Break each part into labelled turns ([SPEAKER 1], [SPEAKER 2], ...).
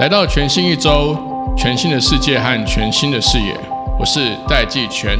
[SPEAKER 1] 来到全新一周，全新的世界和全新的视野，我是戴季全。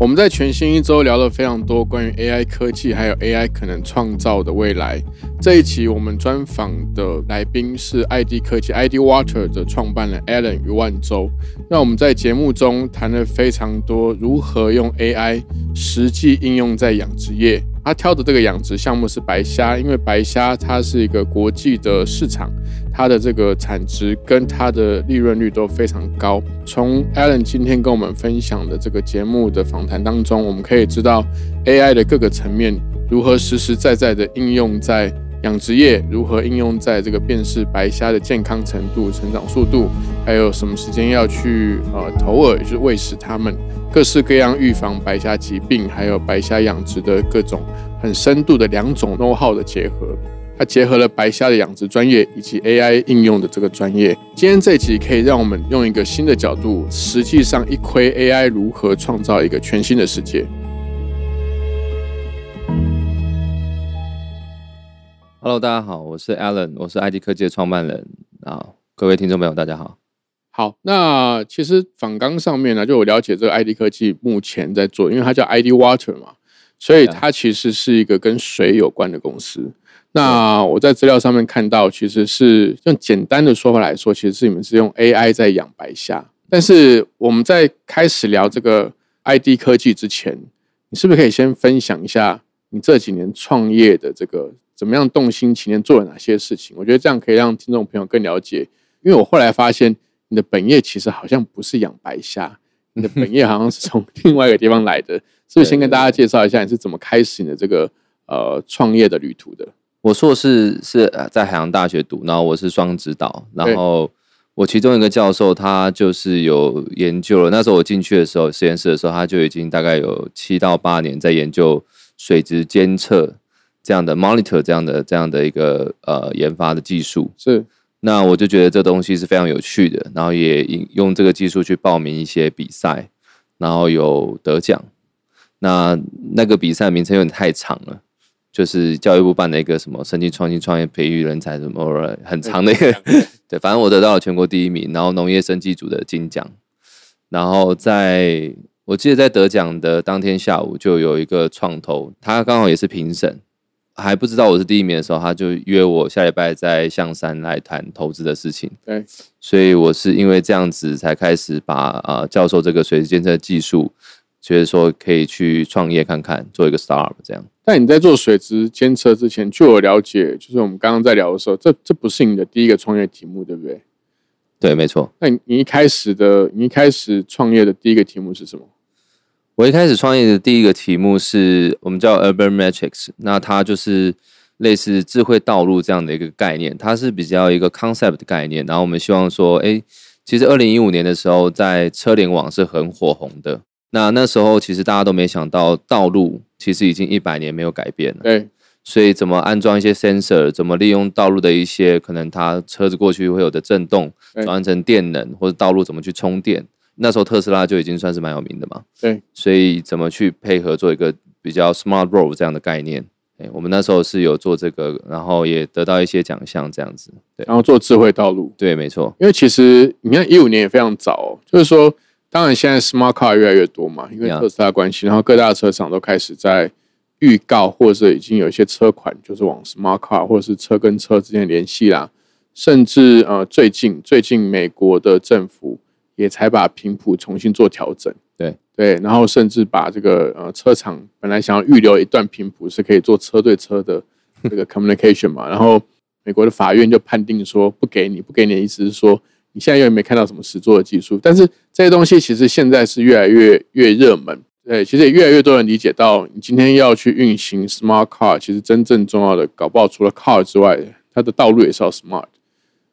[SPEAKER 1] 我们在全新一周聊了非常多关于 AI 科技，还有 AI 可能创造的未来。这一期我们专访的来宾是 ID 科技 ID Water 的创办人 Alan 余万洲。那我们在节目中谈了非常多如何用 AI 实际应用在养殖业。他挑的这个养殖项目是白虾，因为白虾它是一个国际的市场，它的这个产值跟它的利润率都非常高。从 Alan 今天跟我们分享的这个节目的访谈当中，我们可以知道 AI 的各个层面如何实实在在的应用在养殖业，如何应用在这个辨识白虾的健康程度、成长速度，还有什么时间要去呃投饵，也就是喂食它们。各式各样预防白虾疾病，还有白虾养殖的各种很深度的两种 know how 的结合。它结合了白虾的养殖专业以及 AI 应用的这个专业。今天这集可以让我们用一个新的角度，实际上一窥 AI 如何创造一个全新的世界。
[SPEAKER 2] Hello，大家好，我是 Alan，我是 ID 科技的创办人啊，各位听众朋友，大家好。
[SPEAKER 1] 好，那其实访纲上面呢，就我了解这个 ID 科技目前在做，因为它叫 ID Water 嘛，所以它其实是一个跟水有关的公司。那我在资料上面看到，其实是用简单的说法来说，其实是你们是用 AI 在养白虾。但是我们在开始聊这个 ID 科技之前，你是不是可以先分享一下你这几年创业的这个怎么样动心起念，做了哪些事情？我觉得这样可以让听众朋友更了解。因为我后来发现。你的本业其实好像不是养白虾，你的本业好像是从另外一个地方来的，所以先跟大家介绍一下你是怎么开始你的这个呃创业的旅途的。
[SPEAKER 2] 我硕士是呃在海洋大学读，然后我是双指导，然后我其中一个教授他就是有研究了，那时候我进去的时候，实验室的时候他就已经大概有七到八年在研究水质监测这样的 monitor 这样的这样的一个呃研发的技术
[SPEAKER 1] 是。
[SPEAKER 2] 那我就觉得这东西是非常有趣的，然后也用这个技术去报名一些比赛，然后有得奖。那那个比赛名称有点太长了，就是教育部办的一个什么“生技创新创业培育人才”什么很长的一个，对，反正我得到了全国第一名，然后农业生技组的金奖。然后在我记得在得奖的当天下午，就有一个创投，他刚好也是评审。还不知道我是第一名的时候，他就约我下礼拜在象山来谈投资的事情。
[SPEAKER 1] 对，
[SPEAKER 2] 所以我是因为这样子才开始把啊、呃、教授这个水质监测技术，觉得说可以去创业看看，做一个 startup 这样。
[SPEAKER 1] 但你在做水质监测之前，据我了解，就是我们刚刚在聊的时候，这这不是你的第一个创业题目，对不对？
[SPEAKER 2] 对，没错。
[SPEAKER 1] 那你你一开始的，你一开始创业的第一个题目是什么？
[SPEAKER 2] 我一开始创业的第一个题目是我们叫 Urban Metrics，那它就是类似智慧道路这样的一个概念，它是比较一个 concept 的概念。然后我们希望说，哎，其实二零一五年的时候，在车联网是很火红的。那那时候其实大家都没想到，道路其实已经一百年没有改变了。
[SPEAKER 1] 对，
[SPEAKER 2] 所以怎么安装一些 sensor，怎么利用道路的一些可能它车子过去会有的震动，转换成电能，或者道路怎么去充电。那时候特斯拉就已经算是蛮有名的嘛，
[SPEAKER 1] 对，
[SPEAKER 2] 所以怎么去配合做一个比较 smart road 这样的概念？哎，我们那时候是有做这个，然后也得到一些奖项这样子，对，
[SPEAKER 1] 然后做智慧道路，
[SPEAKER 2] 对，没错，
[SPEAKER 1] 因为其实你看一五年也非常早、哦，就是说，当然现在 smart car 越来越多嘛，因为特斯拉关系，然后各大车厂都开始在预告，或者是已经有一些车款就是往 smart car 或者是车跟车之间的联系啦，甚至呃，最近最近美国的政府。也才把频谱重新做调整，
[SPEAKER 2] 对
[SPEAKER 1] 对，然后甚至把这个呃车厂本来想要预留一段频谱是可以做车对车的这个 communication 嘛，然后美国的法院就判定说不给你，不给你的意思是说你现在又没看到什么实做的技术，但是这些东西其实现在是越来越越热门，对，其实也越来越多人理解到你今天要去运行 smart car，其实真正重要的搞不好除了 car 之外，它的道路也是要 smart，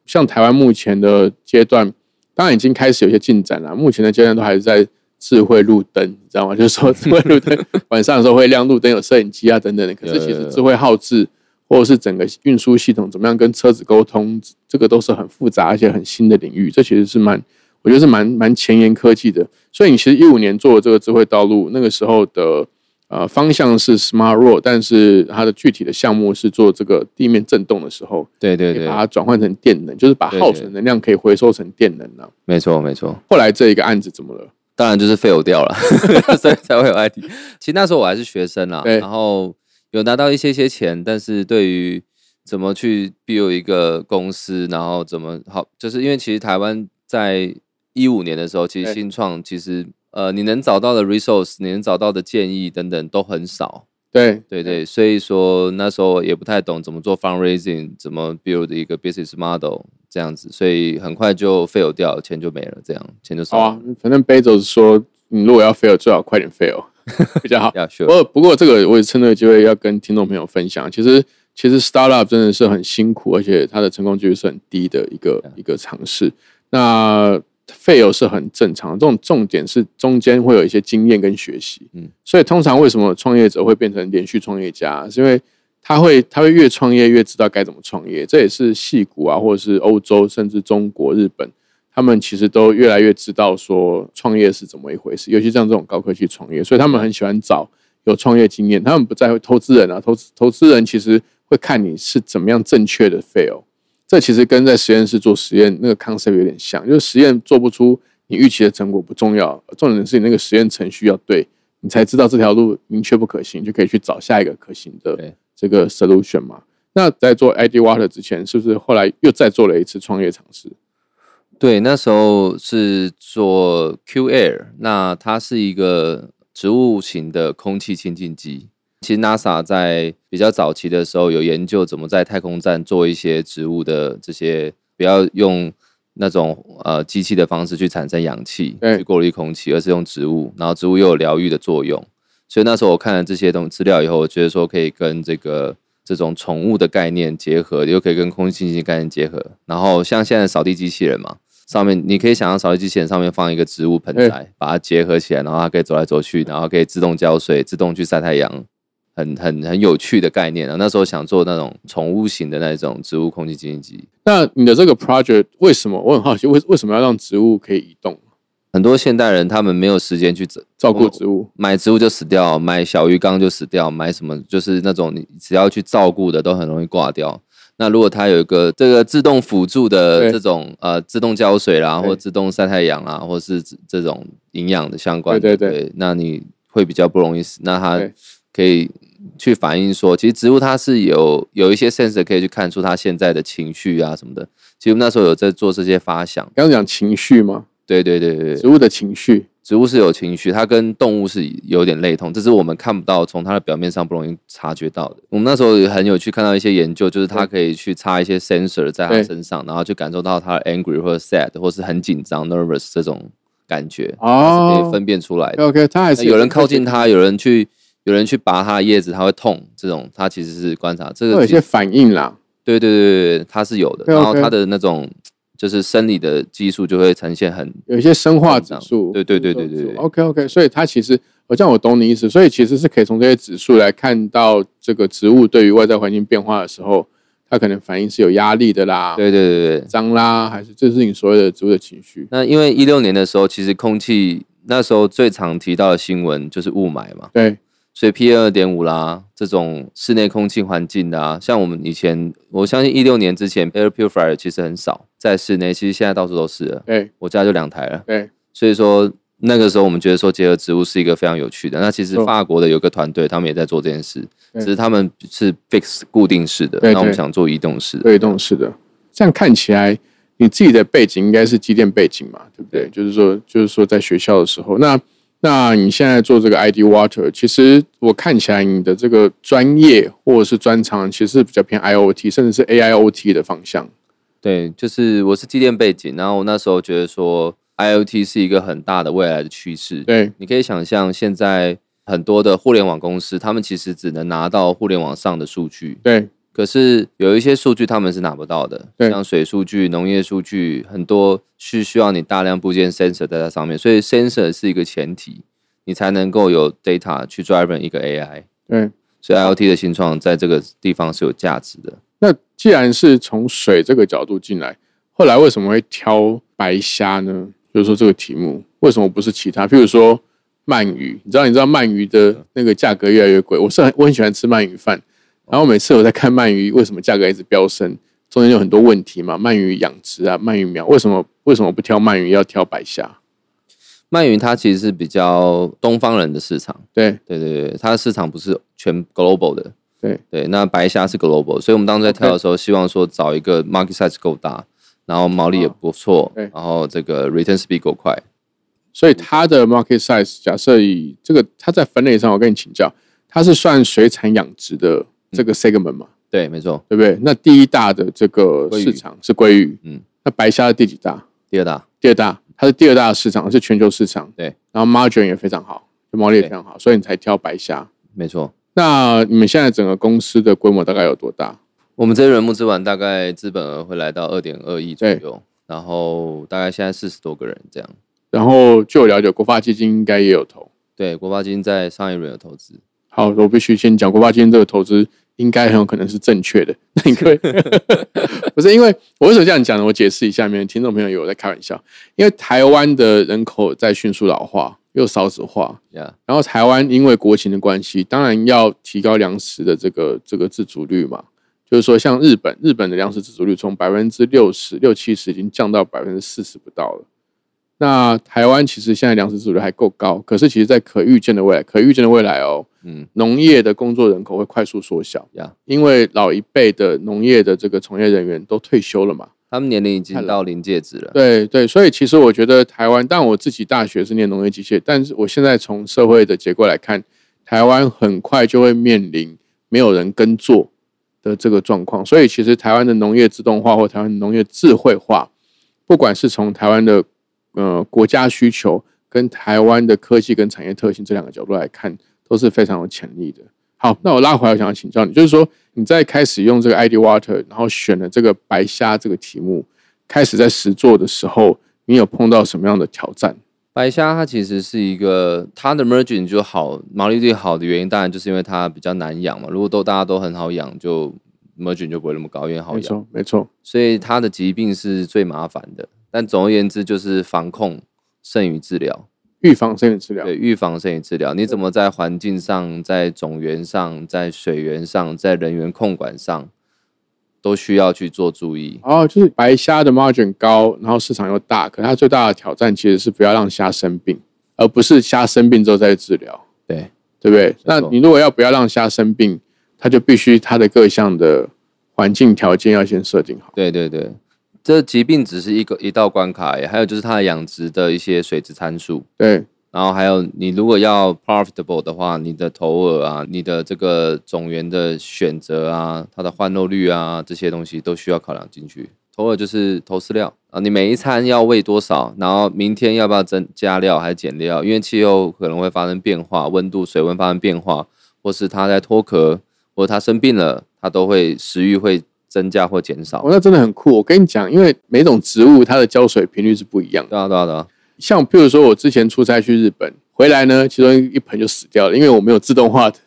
[SPEAKER 1] 像台湾目前的阶段。当然已经开始有些进展了，目前的阶段都还是在智慧路灯，你知道吗？就是说智慧路灯晚上的时候会亮路灯，有摄影机啊等等的。可是其实智慧耗志或者是整个运输系统怎么样跟车子沟通，这个都是很复杂而且很新的领域。这其实是蛮，我觉得是蛮蛮前沿科技的。所以你其实一五年做的这个智慧道路，那个时候的呃方向是 Smart Road，但是它的具体的项目是做这个地面震动的时候，
[SPEAKER 2] 对对
[SPEAKER 1] 可以
[SPEAKER 2] 对
[SPEAKER 1] 把，它转换成电能，就是把
[SPEAKER 2] 对
[SPEAKER 1] 耗
[SPEAKER 2] 对
[SPEAKER 1] 损能量可以回收成电能啊。
[SPEAKER 2] 没错没错。
[SPEAKER 1] 后来这一个案子怎么了？
[SPEAKER 2] 当然就是 fail 掉了， 所以才会有 IT。其实那时候我还是学生啦，
[SPEAKER 1] 对
[SPEAKER 2] 然后有拿到一些些钱，但是对于怎么去 build 一个公司，然后怎么好，就是因为其实台湾在一五年的时候，其实
[SPEAKER 1] 对
[SPEAKER 2] 新创其实呃，你能找到的 resource，你能找到的建议等等都很少。
[SPEAKER 1] 对
[SPEAKER 2] 对对，所以说那时候也不太懂怎么做 fundraising，怎么 build 一个 business model 这样子，所以很快就 fail 掉，钱就没了，这样钱就少
[SPEAKER 1] 好
[SPEAKER 2] 了。
[SPEAKER 1] 啊，反正 Bezos 说，你如果要 fail，最好快点 fail 比较好。
[SPEAKER 2] Yeah, sure.
[SPEAKER 1] 不过，不过这个我也趁这个机会要跟听众朋友分享，其实其实 startup 真的是很辛苦，而且它的成功几率是很低的一个一个尝试。那 fail 是很正常，这种重点是中间会有一些经验跟学习。
[SPEAKER 2] 嗯
[SPEAKER 1] 嗯，所以通常为什么创业者会变成连续创业家，是因为他会他会越创业越知道该怎么创业，这也是戏骨啊，或者是欧洲甚至中国、日本。他们其实都越来越知道说创业是怎么一回事，尤其像这种高科技创业，所以他们很喜欢找有创业经验。他们不在乎投资人啊，投资投资人其实会看你是怎么样正确的 fail。这其实跟在实验室做实验那个 concept 有点像，就是实验做不出你预期的成果不重要，重点是你那个实验程序要对，你才知道这条路明确不可行，就可以去找下一个可行
[SPEAKER 2] 对
[SPEAKER 1] 的这个 solution 嘛。那在做 ID Water 之前，是不是后来又再做了一次创业尝试？
[SPEAKER 2] 对，那时候是做 Q Air，那它是一个植物型的空气清净机。其实 NASA 在比较早期的时候有研究怎么在太空站做一些植物的这些，不要用那种呃机器的方式去产生氧气
[SPEAKER 1] 对
[SPEAKER 2] 去过滤空气，而是用植物，然后植物又有疗愈的作用。所以那时候我看了这些东资料以后，我觉得说可以跟这个这种宠物的概念结合，又可以跟空气清新概念结合。然后像现在扫地机器人嘛，上面你可以想象扫地机器人上面放一个植物盆栽，把它结合起来，然后它可以走来走去，然后可以自动浇水、自动去晒太阳，很很很有趣的概念啊。那时候想做那种宠物型的那种植物空气清新机，
[SPEAKER 1] 那你的这个 project 为什么我很好奇，为为什么要让植物可以移动
[SPEAKER 2] 很多现代人他们没有时间去
[SPEAKER 1] 照顾植物？
[SPEAKER 2] 买植物就死掉，买小鱼缸就死掉，买什么就是那种你只要去照顾的都很容易挂掉。那如果它有一个这个自动辅助的
[SPEAKER 1] 对
[SPEAKER 2] 这种呃自动浇水啦，
[SPEAKER 1] 对
[SPEAKER 2] 或自动晒太阳啊，或是这这种营养的相关的，
[SPEAKER 1] 对对对
[SPEAKER 2] 那你会比较不容易死。那它
[SPEAKER 1] 对
[SPEAKER 2] 可以去反映说，其实植物它是有有一些 sense 可以去看出它现在的情绪啊什么的。其实我们那时候有在做这些发想，
[SPEAKER 1] 刚刚讲情绪嘛，
[SPEAKER 2] 对对对对对
[SPEAKER 1] 植物的情绪，
[SPEAKER 2] 植物是有情绪，它跟动物是有点类同，这是我们看不到，从它的表面上不容易察觉到的。我们那时候也很有去看到一些研究，就是它可以去插一些 sensor 在它
[SPEAKER 1] 对
[SPEAKER 2] 身上，然后去感受到它的 angry 或者 sad 或是很紧张 nervous 这种感觉，它是可以
[SPEAKER 1] 嗯哦
[SPEAKER 2] 分辨出来的。
[SPEAKER 1] ，OK，它还是
[SPEAKER 2] 那有人靠近，它，有人去有人去拔它的叶子，它会痛，这种它其实是观察这
[SPEAKER 1] 会有
[SPEAKER 2] 个
[SPEAKER 1] 一
[SPEAKER 2] 其实。
[SPEAKER 1] 些反应啦。
[SPEAKER 2] 对对对对对，它是有的。
[SPEAKER 1] OK，OK
[SPEAKER 2] 然后它的那种就是生理的激素就会呈现很
[SPEAKER 1] 有一些生化指数，
[SPEAKER 2] 对对对对对对对
[SPEAKER 1] OK OK，所以它其实，我这样我懂你意思，所以其实是可以从这些指数来看到这个植物对于外在环境变化的时候，它可能反应是有压力的啦，
[SPEAKER 2] 对对对对对。
[SPEAKER 1] 脏啦，还是这是你所谓的植物的情绪，
[SPEAKER 2] 那因为一六年的时候，其实空气那时候最常提到的新闻就是雾霾嘛，
[SPEAKER 1] 对
[SPEAKER 2] 所以 PM 二点五啦，这种室内空气环境的啊，像我们以前，我相信一六年之前 air purifier 其实很少在室内，其实现在到处都是了，
[SPEAKER 1] 对
[SPEAKER 2] 我家就两台了。
[SPEAKER 1] 对，
[SPEAKER 2] 所以说那个时候我们觉得说结合植物是一个非常有趣的。那其实
[SPEAKER 1] 嗯
[SPEAKER 2] 法国的有个团队，他们也在做这件事，
[SPEAKER 1] 对
[SPEAKER 2] 只是他们是 fix 固定式的，
[SPEAKER 1] 对
[SPEAKER 2] 那我们
[SPEAKER 1] 对
[SPEAKER 2] 想做移动式的。
[SPEAKER 1] 对，动式的。这样看起来，你自己的背景应该是机电背景嘛，对不对？就是说，就是说，在学校的时候，那那你现在做这个 ID Water，其实我看起来你的这个专业或者是专长，其实是比较偏 IOT，甚至是 AIOT 的方向。
[SPEAKER 2] 对，就是我是机电背景，然后我那时候觉得说 IoT 是一个很大的未来的趋势。，
[SPEAKER 1] 对
[SPEAKER 2] 你可以想象现在很多的互联网公司，他们其实只能拿到互联网上的数据，
[SPEAKER 1] 对
[SPEAKER 2] 可是有一些数据他们是拿不到的，
[SPEAKER 1] 对
[SPEAKER 2] 像水数据、农业数据，很多是需要你大量部件 sensor 在它上面，所以 sensor 是一个前提，你才能够有 data 去 drive 一个 AI。
[SPEAKER 1] 对
[SPEAKER 2] 所以 IOT 的新创在这个地方是有价值的。
[SPEAKER 1] 那既然是从水这个角度进来，后来为什么会挑白虾呢？就是说这个题目为什么不是其他？譬如说鳗鱼，你知道你知道鳗鱼的那个价格越来越贵，我是很我很喜欢吃鳗鱼饭，然后每次我在看鳗鱼为什么价格一直飙升，中间有很多问题嘛，鳗鱼养殖啊，鳗鱼苗为什么为什么不挑鳗鱼要挑白虾？
[SPEAKER 2] 鳗鱼它其实是比较东方人的市场，
[SPEAKER 1] 对，
[SPEAKER 2] 对对对，它的市场不是全 global 的，
[SPEAKER 1] 对
[SPEAKER 2] 对。那白虾是 global，所以我们当时在挑的时候，希望说找一个 market size 够大，然后毛利也不错，
[SPEAKER 1] 对
[SPEAKER 2] 然后这个 return speed 够快。
[SPEAKER 1] 所以它的 market size 假设以这个它在分类上，我跟你请教，它是算水产养殖的这个 segment 嘛？
[SPEAKER 2] 对，没错，
[SPEAKER 1] 对不对？那第一大的这个
[SPEAKER 2] 鲑鱼
[SPEAKER 1] 市场是鲑鱼，
[SPEAKER 2] 嗯，
[SPEAKER 1] 那白虾是第几大？
[SPEAKER 2] 第二大，
[SPEAKER 1] 第二大，它是第二大的市场，是全球市场。
[SPEAKER 2] 对，
[SPEAKER 1] 然后 margin 也非常好，就毛利也非常好，所以你才挑白虾。
[SPEAKER 2] 没错。
[SPEAKER 1] 那你们现在整个公司的规模大概有多大？
[SPEAKER 2] 我们这一轮募资完，大概资本额会来到二点二亿左
[SPEAKER 1] 对
[SPEAKER 2] 右，然后大概现在四十多个人这样。
[SPEAKER 1] 然后据我了解，国发基金应该也有投。
[SPEAKER 2] 对，国发基金在上一轮有投资，
[SPEAKER 1] 好，我必须先讲国发基金这个投资应该很有可能是正确的。那你 可以不是因为我为什么这样讲呢？我解释一下，免得听众朋友以为我在开玩笑。因为台湾的人口在迅速老化，又少子化，
[SPEAKER 2] 呀、
[SPEAKER 1] 然后台湾因为国情的关系，当然要提高粮食的这个这个自足率嘛。就是说，像日本，日本的粮食自足率从百分之六十六七十已经降到百分之四十不到了。那台湾其实现在粮食自足率还够高，可是其实在可预见的未来，可预见的未来哦，
[SPEAKER 2] 嗯，
[SPEAKER 1] 农业的工作人口会快速缩小，
[SPEAKER 2] 呀、
[SPEAKER 1] 因为老一辈的农业的这个从业人员都退休了嘛。
[SPEAKER 2] 他们年龄已经到临界值了。
[SPEAKER 1] 对对，所以其实我觉得台湾，但我自己大学是念农业机械，但是我现在从社会的结构来看，台湾很快就会面临没有人耕作的这个状况。所以其实台湾的农业自动化或台湾的农业智慧化，不管是从台湾的呃国家需求跟台湾的科技跟产业特性这两个角度来看，都是非常有潜力的。好，那我拉回来，我想要请教你，就是说你在开始用这个 ID Water，然后选了这个白虾这个题目，开始在实做的时候，你有碰到什么样的挑战？
[SPEAKER 2] 白虾它其实是一个它的 margin 就好，毛利率好的原因，当然就是因为它比较难养嘛。如果都大家都很好养，就 margin 就不会那么高，因为好
[SPEAKER 1] 没
[SPEAKER 2] 养。
[SPEAKER 1] 错，没错，
[SPEAKER 2] 所以它的疾病是最麻烦的。但总而言之，就是防控胜于治疗，
[SPEAKER 1] 预防生理治疗
[SPEAKER 2] 对，预防胜于治疗。你怎么在环境上、在种源上、在水源上、在人员控管上，都需要去做注意。
[SPEAKER 1] 哦，就是白虾的 margin 高，然后市场又大，可它最大的挑战其实是不要让虾生病，而不是虾生病之后再去治疗，
[SPEAKER 2] 对，
[SPEAKER 1] 对不对？那
[SPEAKER 2] 没错
[SPEAKER 1] 你如果要不要让虾生病，它就必须它的各项的环境条件要先设定好。
[SPEAKER 2] 对对对，这疾病只是一个一道关卡而已，还有就是它的养殖的一些水质参数。
[SPEAKER 1] 对，
[SPEAKER 2] 然后还有你如果要 profitable 的话，你的投饵啊，你的这个种源的选择啊，它的换肉率啊，这些东西都需要考量进去。投饵就是投饲料啊，你每一餐要喂多少，然后明天要不要增加料还是减料，因为气候可能会发生变化，温度、水温发生变化，或是它在脱壳，或者它生病了，它都会食欲会增加或减少
[SPEAKER 1] 哦，。那真的很酷。我跟你讲，因为每种植物它的浇水频率是不一样的。
[SPEAKER 2] 对啊，对啊，对啊，
[SPEAKER 1] 像譬如说，我之前出差去日本回来呢，其中一盆就死掉了，因为我没有自动 化的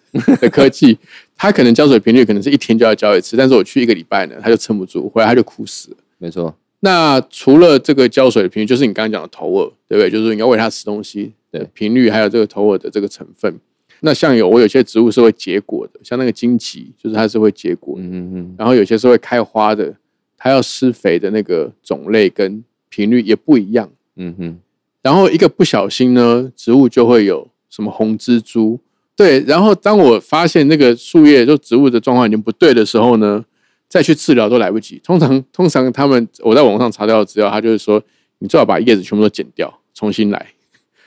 [SPEAKER 1] 的科技，它可能浇水频率可能是一天就要浇一次，但是我去一个礼拜呢，它就撑不住，回来它就枯死了。
[SPEAKER 2] 没错，
[SPEAKER 1] 那除了这个浇水的频率，就是你刚刚讲的投饵，对不对？就是你要喂它吃东西的
[SPEAKER 2] 对
[SPEAKER 1] 频率，还有这个投饵的这个成分。那像有我有些植物是会结果的，像那个荆棘，就是它是会结果的，
[SPEAKER 2] 嗯嗯嗯，
[SPEAKER 1] 然后有些是会开花的，它要施肥的那个种类跟频率也不一样。
[SPEAKER 2] 嗯哼，
[SPEAKER 1] 然后一个不小心呢，植物就会有什么红蜘蛛。对，然后当我发现那个树叶就植物的状况已经不对的时候呢，再去治疗都来不及。通常通常他们我在网上查到的资料，他就是说你最好把叶子全部都剪掉，重新来。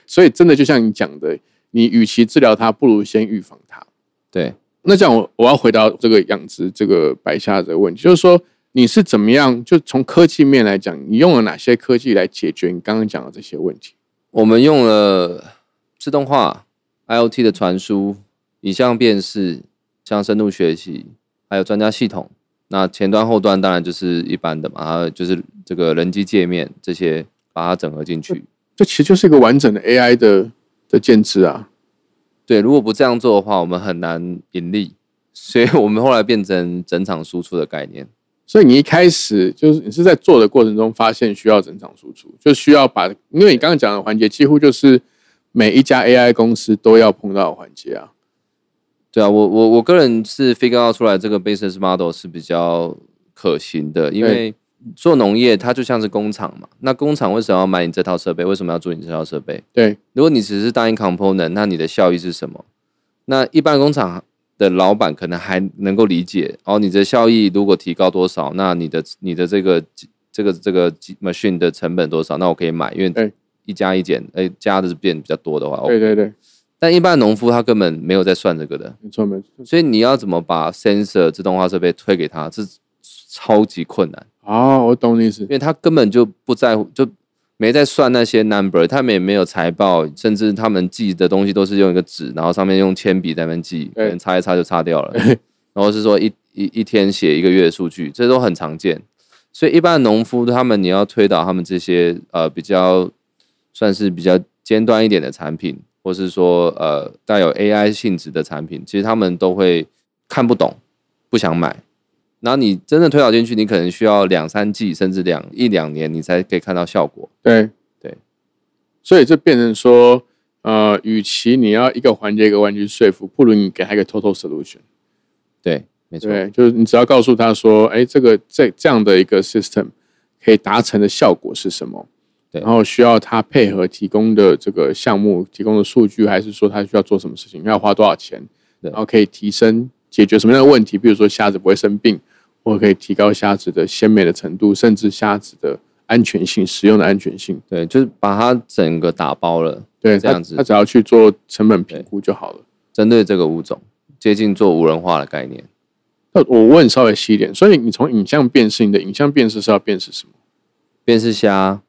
[SPEAKER 1] 所以真的就像你讲的，你与其治疗它，不如先预防它。
[SPEAKER 2] 对。
[SPEAKER 1] 那这样我我要回答这个养殖这个白虾的问题，就是说你是怎么样？就从科技面来讲，你用了哪些科技来解决你刚刚讲的这些问题？
[SPEAKER 2] 我们用了自动化、IOT 的传输、影像辨识、像深度学习，还有专家系统。那前端、后端当然就是一般的嘛，还有就是这个人机界面这些，把它整合进去。
[SPEAKER 1] 这其实就是一个完整的 AI 的的建制啊。
[SPEAKER 2] 对，如果不这样做的话，我们很难盈利。所以我们后来变成整场输出的概念。
[SPEAKER 1] 所以你一开始就是你是在做的过程中发现需要整场输出，就需要把，因为你刚刚讲的环节几乎就是每一家 AI 公司都要碰到的环节啊。
[SPEAKER 2] 对啊，我我我个人是 figure out 出来这个 business model 是比较可行的，因为做农业它就像是工厂嘛，那工厂为什么要买你这套设备？为什么要做你这套设备？
[SPEAKER 1] 对，
[SPEAKER 2] 如果你只是单一 component，那你的效益是什么？那一般工厂的老板可能还能够理解哦，你的效益如果提高多少，那你的你的这个这个这个 machine 的成本多少，那我可以买，因
[SPEAKER 1] 对
[SPEAKER 2] 为一加一减，哎，加的变比较多的话，哦
[SPEAKER 1] 对对对，
[SPEAKER 2] 但一般农夫他根本没有在算这个的，
[SPEAKER 1] 没错没错。
[SPEAKER 2] 所以你要怎么把 sensor 自动化设备推给他，这超级困难，
[SPEAKER 1] 哦，我懂你意思
[SPEAKER 2] 因。为他根本就不在乎，就没在算那些 number，他们也没有财报，甚至他们记的东西都是用一个纸，然后上面用铅笔在那边记，
[SPEAKER 1] 对
[SPEAKER 2] 可能擦一擦就擦掉了，然后是说一一一天写一个月的数据，这都很常见。所以一般的农夫他们你要推导他们这些呃比较算是比较尖端一点的产品，或是说呃带有 AI 性质的产品，其实他们都会看不懂，不想买。然后你真的推导进去，你可能需要两三季，甚至两一两年，你才可以看到效果。
[SPEAKER 1] 对
[SPEAKER 2] 对，
[SPEAKER 1] 所以这变成说，呃，与其你要一个环节一个环节去说服，不如你给他一个 total solution。
[SPEAKER 2] 对，没错，
[SPEAKER 1] 对，就是你只要告诉他说，哎，这个这这样的一个 system 可以达成的效果是什么？
[SPEAKER 2] 对
[SPEAKER 1] 然后需要他配合提供的这个项目提供的数据，还是说他需要做什么事情，要花多少钱，
[SPEAKER 2] 对
[SPEAKER 1] 然后可以提升解决什么样的问题？比如说虾子不会生病，或者可以提高虾子的鲜美的程度，甚至虾子的安全性、食用的安全性。
[SPEAKER 2] 对，就是把它整个打包了，
[SPEAKER 1] 对，
[SPEAKER 2] 这
[SPEAKER 1] 他
[SPEAKER 2] 样子
[SPEAKER 1] 他只要去做成本评估就好了。
[SPEAKER 2] 针对这个物种，接近做无人化的概念。
[SPEAKER 1] 那我问稍微细一点，所以你从影像辨识，你的影像辨识是要辨识什么？
[SPEAKER 2] 便是虾，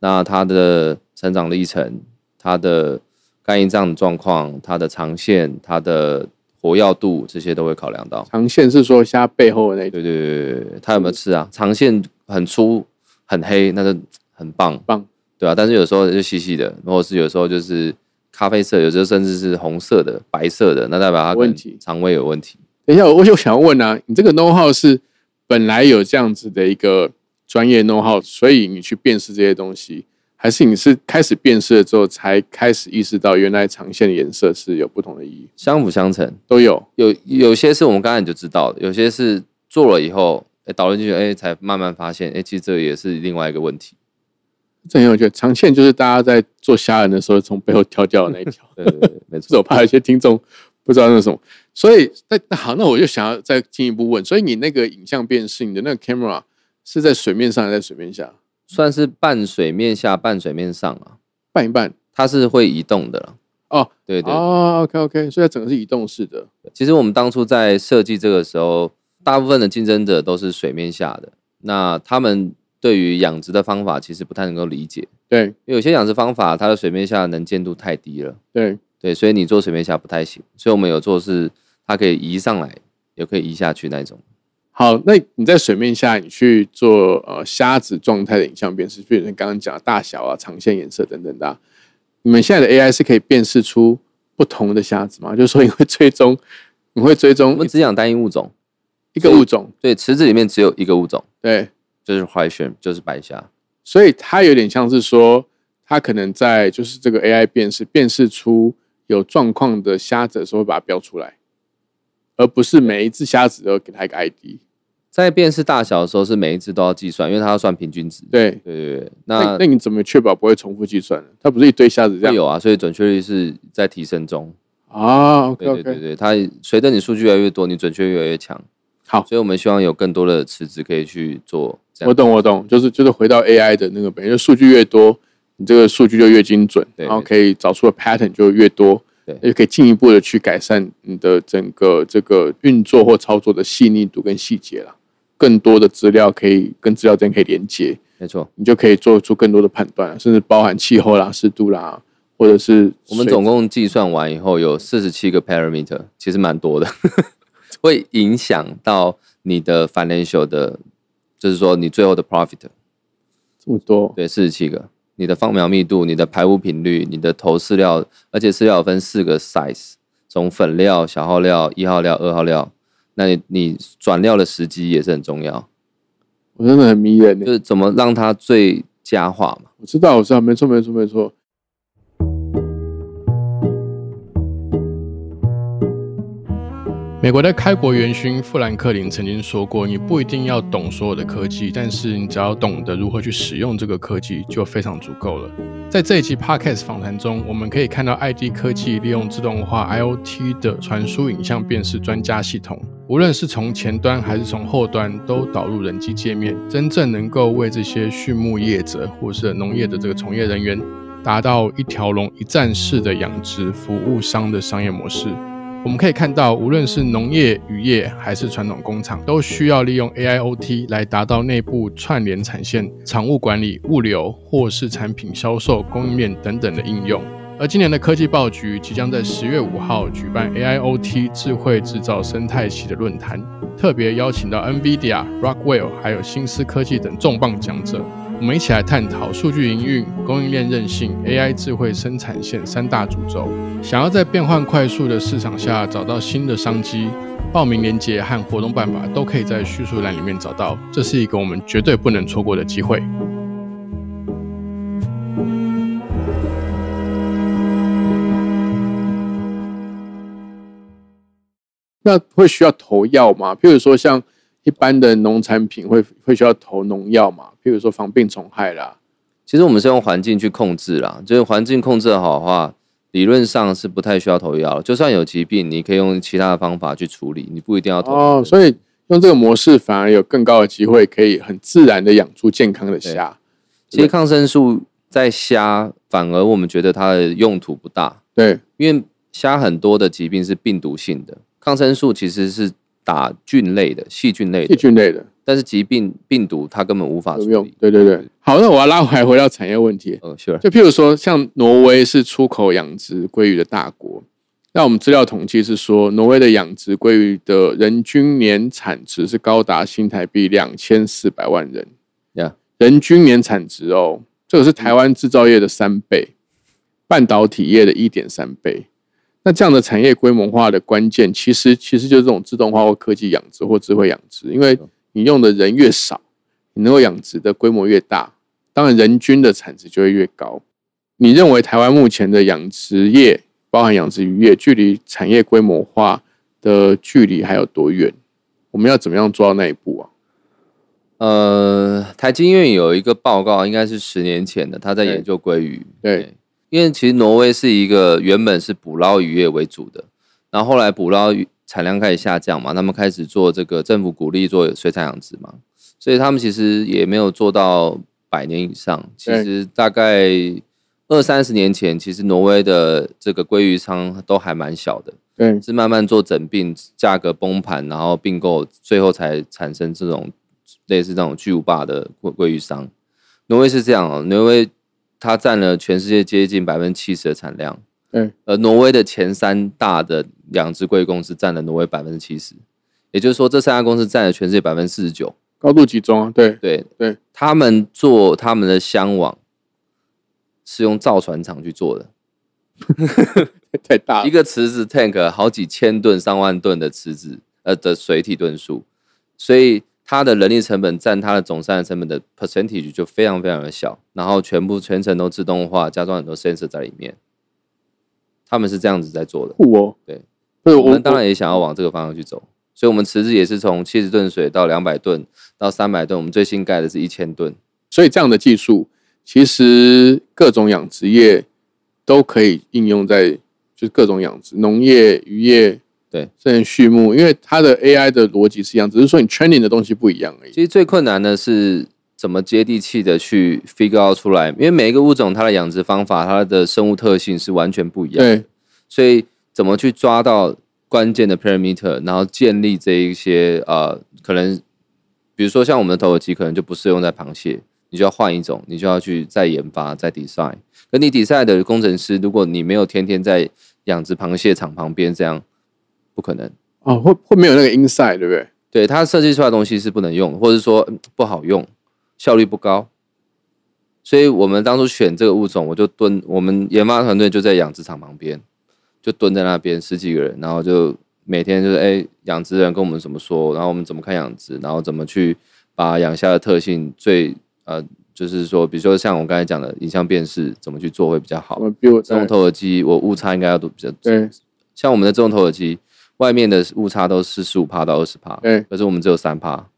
[SPEAKER 2] 那它的成长历程、它的肝胰脏的状况、它的长线、它的活药度，这些都会考量到。
[SPEAKER 1] 长线是说虾背后的那一
[SPEAKER 2] 对对对对对，它有没有吃啊？长线很粗很黑，那就很棒，
[SPEAKER 1] 棒，
[SPEAKER 2] 对啊。但是有时候就细细的，或者是有时候就是咖啡色，有时候甚至是红色的、白色的，那代表它可
[SPEAKER 1] 问
[SPEAKER 2] 能
[SPEAKER 1] 题
[SPEAKER 2] 肠胃有问题。
[SPEAKER 1] 等一下，我我就想问啊，你这个 know how 是本来有这样子的一个专业 know how，所以你去辨识这些东西，还是你是开始辨识了之后才开始意识到原来长线的颜色是有不同的意义？
[SPEAKER 2] 相辅相成，
[SPEAKER 1] 都有
[SPEAKER 2] 有有些是我们刚才你就知道的，有些是做了以后，哎，导论进去，哎，才慢慢发现，哎，其实这也是另外一个问题。
[SPEAKER 1] 这很有趣。长线就是大家在做虾仁的时候从背后挑掉的那一 条，
[SPEAKER 2] 对对对，没
[SPEAKER 1] 这
[SPEAKER 2] 错。
[SPEAKER 1] 我怕有些听众不知道那是什么。所以那那好，那我就想要再进一步问，所以你那个影像辨识，你的那个 camera 是在水面上还是在水面下？
[SPEAKER 2] 算是半水面下、半水面上啊，
[SPEAKER 1] 半一半
[SPEAKER 2] 它是会移动的啦。
[SPEAKER 1] 哦，
[SPEAKER 2] 对对，
[SPEAKER 1] 哦，OK OK，所以它整个是移动式的。
[SPEAKER 2] 其实我们当初在设计这个时候，大部分的竞争者都是水面下的，那他们对于养殖的方法其实不太能够理解，
[SPEAKER 1] 对
[SPEAKER 2] 因为有些养殖方法它的水面下能见度太低了，
[SPEAKER 1] 对，
[SPEAKER 2] 对，所以你做水面下不太行，所以我们有做是它可以移上来，也可以移下去那种。
[SPEAKER 1] 好，那你在水面下，你去做呃虾子状态的影像辨识，比如你刚刚讲的大小啊、长线、颜色等等的啊、你们现在的 AI 是可以辨识出不同的虾子吗？就是说你会追踪，你会追
[SPEAKER 2] 我
[SPEAKER 1] 踪
[SPEAKER 2] 们只养单一物种，
[SPEAKER 1] 一个物种，
[SPEAKER 2] 对，池子里面只有一个物种，
[SPEAKER 1] 对，
[SPEAKER 2] 就是怀旋，就是白虾。
[SPEAKER 1] 所以它有点像是说，它可能在就是这个 AI 辨识辨识出有状况的虾子的时候，会把它标出来，而不是每一只虾子都给它一个 ID。
[SPEAKER 2] 在辨识大小的时候，是每一只都要计算，因为它要算平均值。
[SPEAKER 1] 对，
[SPEAKER 2] 对对对，
[SPEAKER 1] 那
[SPEAKER 2] 那
[SPEAKER 1] 那你怎么确保不会重复计算呢？它不是一堆虾子这
[SPEAKER 2] 会
[SPEAKER 1] 样
[SPEAKER 2] 有啊，所以准确率是在提升中。
[SPEAKER 1] 啊？OK
[SPEAKER 2] 对对
[SPEAKER 1] OK，
[SPEAKER 2] 对对，它随着你数据越来越多，你准确越来越强。
[SPEAKER 1] 好
[SPEAKER 2] 所以我们希望有更多的池子可以去做这
[SPEAKER 1] 我
[SPEAKER 2] 样。
[SPEAKER 1] 懂我懂，就是就是回到 AI 的那个本，因为数据越多，你这个数据就越精准，
[SPEAKER 2] 对
[SPEAKER 1] 然后可以找出的 pattern 就越多，
[SPEAKER 2] 对
[SPEAKER 1] 也可以进一步的去改善你的整个这个运作或操作的细腻度跟细节了。更多的资料可以跟资料之间可以连接，
[SPEAKER 2] 没错，
[SPEAKER 1] 你就可以做出更多的判断，甚至包含气候啦、湿度啦，或者是
[SPEAKER 2] 我们
[SPEAKER 1] 水
[SPEAKER 2] 总共计算完以后有四十七个 parameter，其实蛮多的， 会影响到你的 financial 的，就是说你最后的 profit。
[SPEAKER 1] 这么多，
[SPEAKER 2] 对，四十七个。你的放苗密度、你的排污频率、你的投饲料，而且饲料有分四个 size，从粉料、小号料、一号料、二号料，那你你转料的时机也是很重要，
[SPEAKER 1] 我真的很迷人呢
[SPEAKER 2] 就。是怎么让它最佳化嘛。
[SPEAKER 1] 我知道，我知道，没错，没错，没错。美国的开国元勋富兰克林曾经说过：“你不一定要懂所有的科技，但是你只要懂得如何去使用这个科技，就非常足够了。”在这一期 Podcast 访谈中，我们可以看到 ID 科技利用自动化 IoT 的传输影像辨识专家系统，无论是从前端还是从后端，都导入人机界面，真正能够为这些畜牧业者或是农业的这个从业人员，达到一条龙一站式的养殖服务商的商业模式。我们可以看到，无论是农业、渔业还是传统工厂，都需要利用 AIoT 来达到内部串联产线、产物管理、物流或是产品销售、供应链等等的应用。而今年的科技报局即将在十月五号举办 AIoT 智慧制造生态系的论坛，特别邀请到 NVIDIA、Rockwell 还有新思科技等重磅讲者，我们一起来探讨数据营运、供应链韧性、AI 智慧生产线三大主轴。想要在变换快速的市场下找到新的商机，报名链接和活动办法都可以在叙述栏里面找到。这是一个我们绝对不能错过的机会。那会需要投药吗？譬如说，像一般的农产品会会需要投农药嘛？譬如说防病虫害啦，
[SPEAKER 2] 其实我们是用环境去控制啦，就是环境控制得好的话，理论上是不太需要投药了。就算有疾病，你可以用其他的方法去处理，你不一定要投药。
[SPEAKER 1] 哦，所以用这个模式反而有更高的机会，可以很自然的养出健康的虾。
[SPEAKER 2] 其实抗生素在虾，反而我们觉得它的用途不大，
[SPEAKER 1] 对，
[SPEAKER 2] 因为虾很多的疾病是病毒性的，抗生素其实是打菌类的、细菌类
[SPEAKER 1] 细
[SPEAKER 2] 的，
[SPEAKER 1] 菌类的
[SPEAKER 2] 但是疾病病毒它根本无法
[SPEAKER 1] 有
[SPEAKER 2] 处
[SPEAKER 1] 用
[SPEAKER 2] 理。。
[SPEAKER 1] 对对对。好，那我要拉回来回到产业问题，
[SPEAKER 2] 呃，sure，
[SPEAKER 1] 就譬如说，像挪威是出口养殖鲑鱼的大国，那我们资料统计是说，挪威的养殖鲑鱼的人均年产值是高达新台币两千四百万人
[SPEAKER 2] Yeah
[SPEAKER 1] 人均年产值哦，这个是台湾制造业的三倍，半导体业的一点三倍。那这样的产业规模化的关键，其实其实就是这种自动化或科技养殖或智慧养殖，因为你用的人越少，你能够养殖的规模越大，当然人均的产值就会越高。你认为台湾目前的养殖业，包含养殖渔业，距离产业规模化的距离还有多远？我们要怎么样做到那一步啊？
[SPEAKER 2] 呃，台经院有一个报告，应该是十年前的，他在
[SPEAKER 1] 对
[SPEAKER 2] 研究鲑鱼。
[SPEAKER 1] 对，
[SPEAKER 2] 因为其实挪威是一个原本是捕捞渔业为主的，然后后来捕捞渔产量开始下降嘛，他们开始做这个政府鼓励做水产养殖嘛，所以他们其实也没有做到百年以上。其
[SPEAKER 1] 对
[SPEAKER 2] 实大概二三十年前，其实挪威的这个鲑鱼仓都还蛮小的，
[SPEAKER 1] 对，
[SPEAKER 2] 是慢慢做整并，价格崩盘，然后并购，最后才产生这种类似这种巨无霸的鲑鲑鱼商。挪威是这样哦，挪威它占了全世界接近百分之七十的产量，
[SPEAKER 1] 嗯，
[SPEAKER 2] 呃，挪威的前三大的养殖鲑鱼公司占了挪威百分之七十，也就是说这三家公司占了全世界百分之四十九。
[SPEAKER 1] 高度集中啊， 对，
[SPEAKER 2] 对
[SPEAKER 1] 对，
[SPEAKER 2] 他们做他们的箱网是用造船厂去做的，
[SPEAKER 1] 太大
[SPEAKER 2] 一
[SPEAKER 1] 了，
[SPEAKER 2] 个池子 tank 好几千吨、上万吨的池子，呃的水体吨数，所以它的人力成本占它的总生产成本的 percentage 就非常非常的小，然后全部全程都自动化，加装很多 sensor 在里面。他们是这样子在做的，
[SPEAKER 1] 酷哦，
[SPEAKER 2] 对，
[SPEAKER 1] 对
[SPEAKER 2] 我
[SPEAKER 1] 我
[SPEAKER 2] 们当然也想要往这个方向去走，所以我们池子也是从七十吨水到两百吨到三百吨，我们最新盖的是一千吨。
[SPEAKER 1] 所以这样的技术，其实各种养殖业都可以应用在，就是各种养殖，农业、渔业，
[SPEAKER 2] 对，
[SPEAKER 1] 甚至畜牧，因为它的 AI 的逻辑是一样，只是说你 training 的东西不一样而已。
[SPEAKER 2] 其实最困难的是怎么接地气的去 figure out 出来，因为每一个物种它的养殖方法、它的生物特性是完全不一样，
[SPEAKER 1] 对，
[SPEAKER 2] 所以怎么去抓到关键的 parameter，然后建立这一些呃，可能比如说像我们的头耳机可能就不适用在螃蟹，你就要换一种，你就要去再研发、再 design。可你 design 的工程师，如果你没有天天在养殖螃蟹场旁边这样，不可能。
[SPEAKER 1] 哦，会会没有那个 inside，对不对？
[SPEAKER 2] 对它设计出来的东西是不能用的，或者说嗯不好用，效率不高。所以我们当初选这个物种，我就蹲，我们研发团队就在养殖场旁边，就蹲在那边十几个人，然后就每天就是哎，养殖人跟我们怎么说，然后我们怎么看养殖，然后怎么去把养虾的特性最呃，就是说，比如说像我刚才讲的影像辨识，怎么去做会比较好
[SPEAKER 1] 我。比我
[SPEAKER 2] 这种
[SPEAKER 1] 对
[SPEAKER 2] 投饵机，我误差应该要都比较
[SPEAKER 1] 对
[SPEAKER 2] 像我们的这种投饵机，外面的误差都是十五帕到二十帕，
[SPEAKER 1] 对
[SPEAKER 2] 可是我们只有三帕。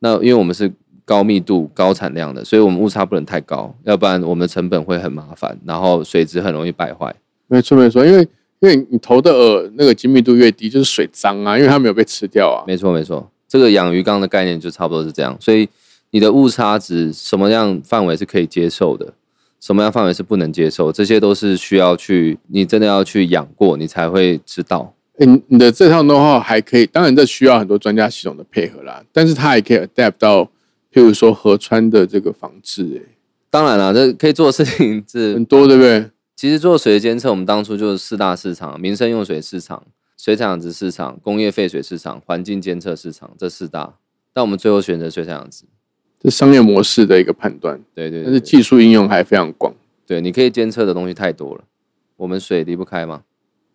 [SPEAKER 2] 那因为我们是高密度、高产量的，所以我们误差不能太高，要不然我们的成本会很麻烦，然后水质很容易败坏。
[SPEAKER 1] 没错没错，因为因为你投的饵那个精密度越低，就是水脏啊，因为它没有被吃掉啊。
[SPEAKER 2] 没错，没错，这个养鱼缸的概念就差不多是这样。所以你的误差值什么样范围是可以接受的，什么样范围是不能接受，这些都是需要去你真的要去养过，你才会知道。
[SPEAKER 1] 诶你你的这套 know how 还可以，当然这需要很多专家系统的配合啦，但是它还可以 adapt 到，譬如说河川的这个防治、诶
[SPEAKER 2] 当然了，这可以做的事情是
[SPEAKER 1] 很多对不对？
[SPEAKER 2] 其实做水的监测，我们当初就是四大市场：民生用水市场、水产养殖市场、工业废水市场、环境监测市场这四大。但我们最后选择水产养殖。
[SPEAKER 1] 这商业模式的一个判断，
[SPEAKER 2] 对对
[SPEAKER 1] 但是
[SPEAKER 2] 对，
[SPEAKER 1] 技术应用还非常广。
[SPEAKER 2] 对，你可以监测的东西太多了，我们水离不开嘛。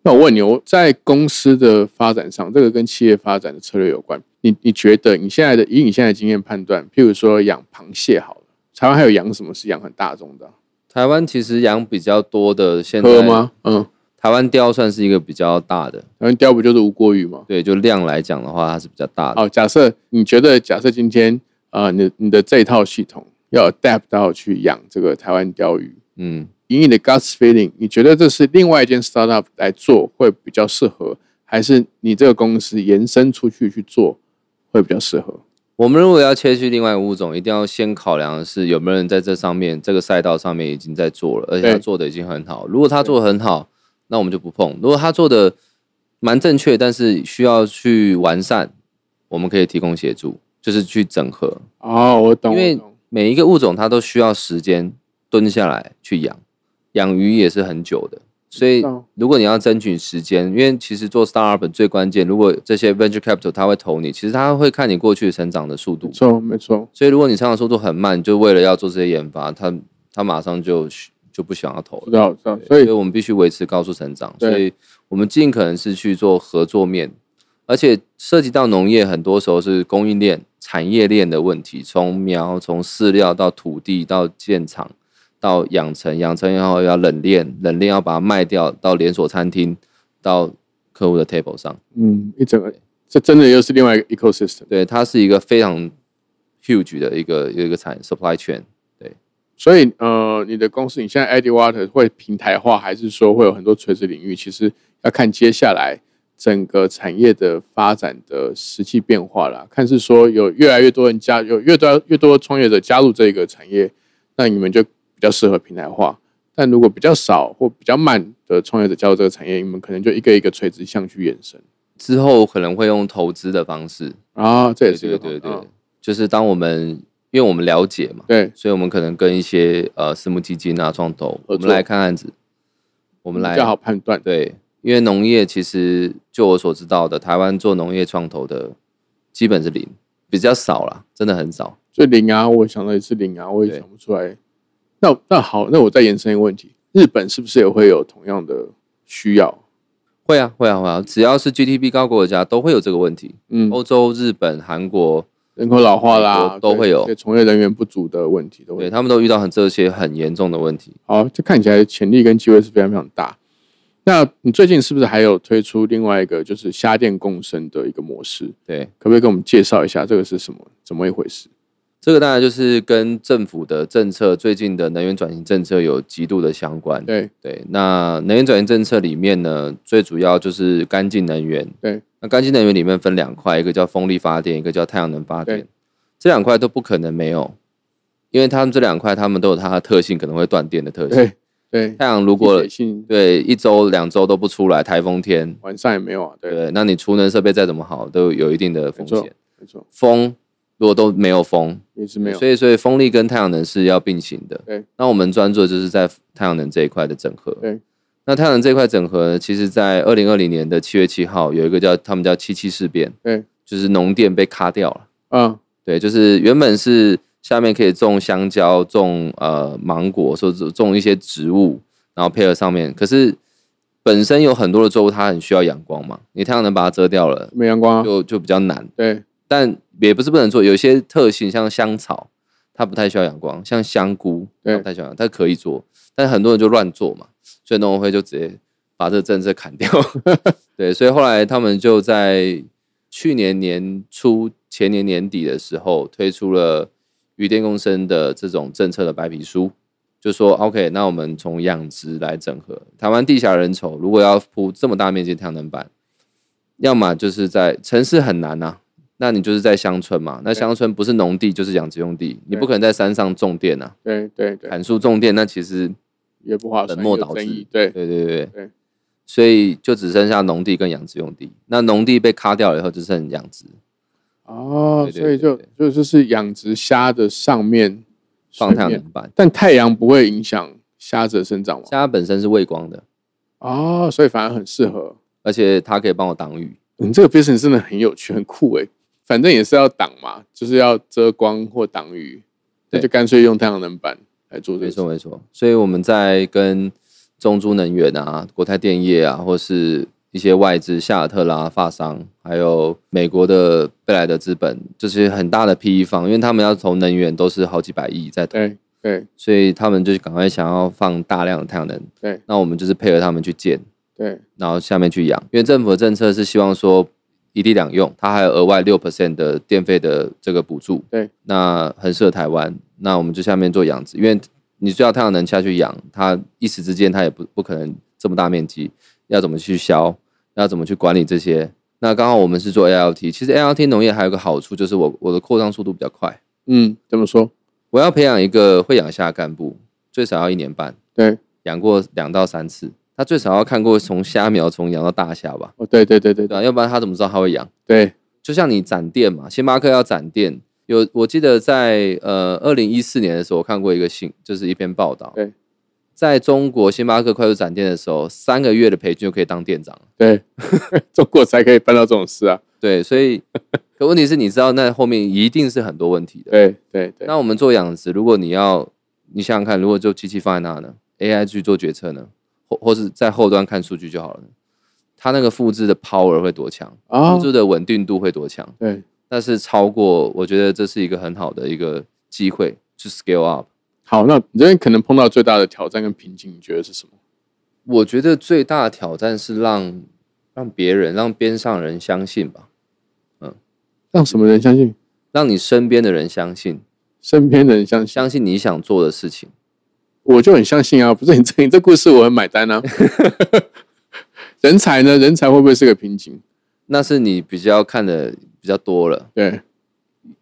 [SPEAKER 1] 那我问你，我在公司的发展上，这个跟企业发展的策略有关。你你觉得你现在的以你现在的经验判断，譬如说养螃蟹好了，台湾还有养什么是养很大众的啊？
[SPEAKER 2] 台湾其实养比较多的，现
[SPEAKER 1] 科
[SPEAKER 2] 在
[SPEAKER 1] 吗？嗯，
[SPEAKER 2] 台湾雕算是一个比较大的，
[SPEAKER 1] 台湾雕不就是无锅鱼吗？
[SPEAKER 2] 对，就量来讲的话，它是比较大的。
[SPEAKER 1] 好，假设你觉得，假设今天呃，你你的这一套系统要 adapt 到去养这个台湾鲷鱼，
[SPEAKER 2] 嗯，
[SPEAKER 1] 以你的 guts feeling，你觉得这是另外一间 startup 来做会比较适合，还是你这个公司延伸出去去做会比较适合？
[SPEAKER 2] 我们如果要切去另外一个物种，一定要先考量的是有没有人在这上面这个赛道上面已经在做了，而且
[SPEAKER 1] 对
[SPEAKER 2] 他做的已经很好。如果他做的很好，那我们就不碰；如果他做的蛮正确，但是需要去完善，我们可以提供协助，就是去整合。
[SPEAKER 1] 哦，我懂，
[SPEAKER 2] 因为
[SPEAKER 1] 我懂
[SPEAKER 2] 每一个物种它都需要时间蹲下来去养，养鱼也是很久的。所以
[SPEAKER 1] 嗯，
[SPEAKER 2] 如果你要争取时间，因为其实做 startup 最关键，如果这些 venture capital 他会投你，其实他会看你过去成长的速度
[SPEAKER 1] 没。错，没错，
[SPEAKER 2] 所以，如果你成长速度很慢，就为了要做这些研发，他他马上就就不想要投
[SPEAKER 1] 知
[SPEAKER 2] 了。
[SPEAKER 1] 道，知道，所
[SPEAKER 2] 所以
[SPEAKER 1] 以
[SPEAKER 2] 我们必须维持高速成长。
[SPEAKER 1] 对
[SPEAKER 2] 所以我们尽可能是去做合作面，而且涉及到农业，很多时候是供应链、产业链的问题，从苗、从饲料到土地到建厂。到养成，养成以后要冷链，冷链要把它卖掉，到连锁餐厅，到客户的 table 上。
[SPEAKER 1] 嗯，一整个这真的又是另外一个 ecosystem。
[SPEAKER 2] 对，它是一个非常 huge 的一个一个产 supply chain。
[SPEAKER 1] 所以呃，你的公司你现在 Eddie Water 会平台化，还是说会有很多垂直领域？其实要看接下来整个产业的发展的实际变化啦。看是说有越来越多人加，有越多越多创业者加入这个产业，那你们就比较适合平台化。但如果比较少或比较慢的创业者加入这个产业，你们可能就一个一个垂直项去延伸
[SPEAKER 2] 之后可能会用投资的方式，
[SPEAKER 1] 啊，这也
[SPEAKER 2] 对
[SPEAKER 1] 是一个
[SPEAKER 2] 对对对，
[SPEAKER 1] 方法
[SPEAKER 2] 就是当我们因为我们了解嘛，
[SPEAKER 1] 对，
[SPEAKER 2] 所以我们可能跟一些呃私募基金啊、创投，
[SPEAKER 1] 合作嗯
[SPEAKER 2] 我们来看案子，我们来
[SPEAKER 1] 比较好判断。
[SPEAKER 2] 对，因为农业其实就我所知道的，台湾做农业创投的基本是零，比较少啦，真的很少。
[SPEAKER 1] 所以零啊，我想到也是零啊，我也
[SPEAKER 2] 对
[SPEAKER 1] 想不出来。那那好，那我再延伸一个问题：日本是不是也会有同样的需要？
[SPEAKER 2] 会啊，会啊，会啊！只要是 GDP 高国家，都会有这个问题。
[SPEAKER 1] 嗯，
[SPEAKER 2] 欧洲、日本、韩国，
[SPEAKER 1] 人口老化啦，
[SPEAKER 2] 美国哦都
[SPEAKER 1] 对
[SPEAKER 2] 会有
[SPEAKER 1] 对从业人员不足的问题都会
[SPEAKER 2] 对
[SPEAKER 1] 有。
[SPEAKER 2] 他们都遇到很这些很严重的问题。
[SPEAKER 1] 好，这看起来潜力跟机会是非常非常大。那你最近是不是还有推出另外一个就是虾店共生的一个模式？
[SPEAKER 2] 对，
[SPEAKER 1] 可不可以给我们介绍一下这个是什么，怎么一回事？
[SPEAKER 2] 这个当然就是跟政府的政策，最近的能源转型政策有极度的相关。
[SPEAKER 1] 对，
[SPEAKER 2] 对，那能源转型政策里面呢，最主要就是干净能源。
[SPEAKER 1] 对，
[SPEAKER 2] 那干净能源里面分两块，一个叫风力发电，一个叫太阳能发
[SPEAKER 1] 对
[SPEAKER 2] 电。这两块都不可能没有，因为他们这两块他们都有它的特性，可能会断电的特性。
[SPEAKER 1] 对，对。
[SPEAKER 2] 太阳如果
[SPEAKER 1] 季节性
[SPEAKER 2] 对一周两周都不出来，台风天，
[SPEAKER 1] 晚上也没有啊，对，
[SPEAKER 2] 对，那你储能设备再怎么好，都有一定的风
[SPEAKER 1] 没错
[SPEAKER 2] 险。
[SPEAKER 1] 没错，
[SPEAKER 2] 风如果都没有风，
[SPEAKER 1] 也是没有
[SPEAKER 2] 所。以所以风力跟太阳能是要并行的。
[SPEAKER 1] 对，
[SPEAKER 2] 那我们专注的就是在太阳能这一块的整合。
[SPEAKER 1] 对，
[SPEAKER 2] 那太阳能这一块整合呢，其实在二零二零年的七月七号有一个叫他们叫七七事变，
[SPEAKER 1] 对，
[SPEAKER 2] 就是农电被卡掉了。
[SPEAKER 1] 嗯，
[SPEAKER 2] 对，就是原本是下面可以种香蕉、种呃芒果，说种一些植物，然后配合上面，可是本身有很多的作物它很需要阳光嘛，你太阳能把它遮掉了，
[SPEAKER 1] 没阳光啊，
[SPEAKER 2] 就就比较难。
[SPEAKER 1] 对，
[SPEAKER 2] 但也不是不能做，有些特性像香草，它不太需要阳光，像香菇，
[SPEAKER 1] 对
[SPEAKER 2] 它不太需要阳光，它可以做，但很多人就乱做嘛，所以农委会就直接把这个政策砍掉。对，所以后来他们就在去年年初、前年年底的时候推出了渔电共生的这种政策的白皮书。就说 OK，那我们从养殖来整合。台湾地下人稠，如果要铺这么大面积的太阳能板，要么就是在城市很难啊，那你就是在乡村嘛。那乡村不是农地就是养殖用地，你不可能在山上种电啊，
[SPEAKER 1] 对对对，
[SPEAKER 2] 砍树种电，那其实
[SPEAKER 1] 也不划算，
[SPEAKER 2] 本末
[SPEAKER 1] 有
[SPEAKER 2] 倒
[SPEAKER 1] 争
[SPEAKER 2] 置
[SPEAKER 1] 议对
[SPEAKER 2] 对对对
[SPEAKER 1] 对
[SPEAKER 2] 对，所以就只剩下农地跟养殖用地。那农地被卡掉了以后，只剩养殖，
[SPEAKER 1] 哦，
[SPEAKER 2] 对对
[SPEAKER 1] 所以就
[SPEAKER 2] 对
[SPEAKER 1] 就就是养殖虾的上面
[SPEAKER 2] 放太阳
[SPEAKER 1] 水面
[SPEAKER 2] 能板。
[SPEAKER 1] 但太阳不会影响虾子的生长吗？
[SPEAKER 2] 虾本身是畏光的，
[SPEAKER 1] 哦，所以反而很适合。
[SPEAKER 2] 而且它可以帮我挡雨。
[SPEAKER 1] 你这个 business 真的很有趣，很酷诶。反正也是要挡嘛，就是要遮光或挡雨，那
[SPEAKER 2] 对
[SPEAKER 1] 就干脆用太阳能板来做这
[SPEAKER 2] 没
[SPEAKER 1] 个事。
[SPEAKER 2] 错没错，所以我们在跟中珠能源啊、国泰电业啊，或是一些外资夏尔特啦、发商，还有美国的贝莱德资本，就是很大的 PE 方，因为他们要投能源都是好几百亿在投，
[SPEAKER 1] 对对
[SPEAKER 2] 所以他们就是赶快想要放大量的太阳能。
[SPEAKER 1] 对，
[SPEAKER 2] 那我们就是配合他们去建，
[SPEAKER 1] 对，
[SPEAKER 2] 然后下面去养，因为政府的政策是希望说一地两用，它还有额外六 percent 的电费的这个补助。
[SPEAKER 1] 对，
[SPEAKER 2] 那很适合台湾。那我们就下面做养殖，因为你最好太阳能下去养，它一时之间它也不不可能这么大面积，要怎么去销，要怎么去管理这些。那刚好我们是做 ALT，其实 ALT 农业还有个好处就是我我的扩张速度比较快，
[SPEAKER 1] 嗯，怎么说？
[SPEAKER 2] 我要培养一个会养虾的干部，最少要一年半，
[SPEAKER 1] 对，
[SPEAKER 2] 养过两到三次，他最少要看过从虾苗从养到大虾吧。
[SPEAKER 1] 哦，对对对对
[SPEAKER 2] 对
[SPEAKER 1] 对
[SPEAKER 2] 啊，要不然他怎么知道他会养？
[SPEAKER 1] 对，
[SPEAKER 2] 就像你展店嘛，星巴克要展店，有我记得在呃二零一四年的时候，我看过一个信，就是一篇报道，
[SPEAKER 1] 对，
[SPEAKER 2] 在中国星巴克快速展店的时候，三个月的培训就可以当店长了，
[SPEAKER 1] 对 中国才可以办到这种事啊！
[SPEAKER 2] 对，所 以可问题是，你知道那后面一定是很多问题的。
[SPEAKER 1] 对对对，
[SPEAKER 2] 那我们做养殖，如果你要你想想看，如果就机器放在那呢，AI 去做决策呢，或或是在后端看数据就好了呢，它那个复制的 power 会多强，
[SPEAKER 1] 啊
[SPEAKER 2] 复，制的稳定度会多强？
[SPEAKER 1] 对，
[SPEAKER 2] 但是超过，我觉得这是一个很好的一个机会去 scale up。
[SPEAKER 1] 好，那你这边可能碰到最大的挑战跟瓶颈，你觉得是什么？
[SPEAKER 2] 我觉得最大的挑战是让让别人、让边上人相信吧，
[SPEAKER 1] 让什么人相信？
[SPEAKER 2] 让你身边的人相信，
[SPEAKER 1] 身边的人相信？
[SPEAKER 2] 相信你想做的事情。
[SPEAKER 1] 我就很相信啊！不是你这你这 故事我很买单啊！人才呢？人才会不会是个瓶颈？
[SPEAKER 2] 那是你比较看的比较多了，
[SPEAKER 1] 对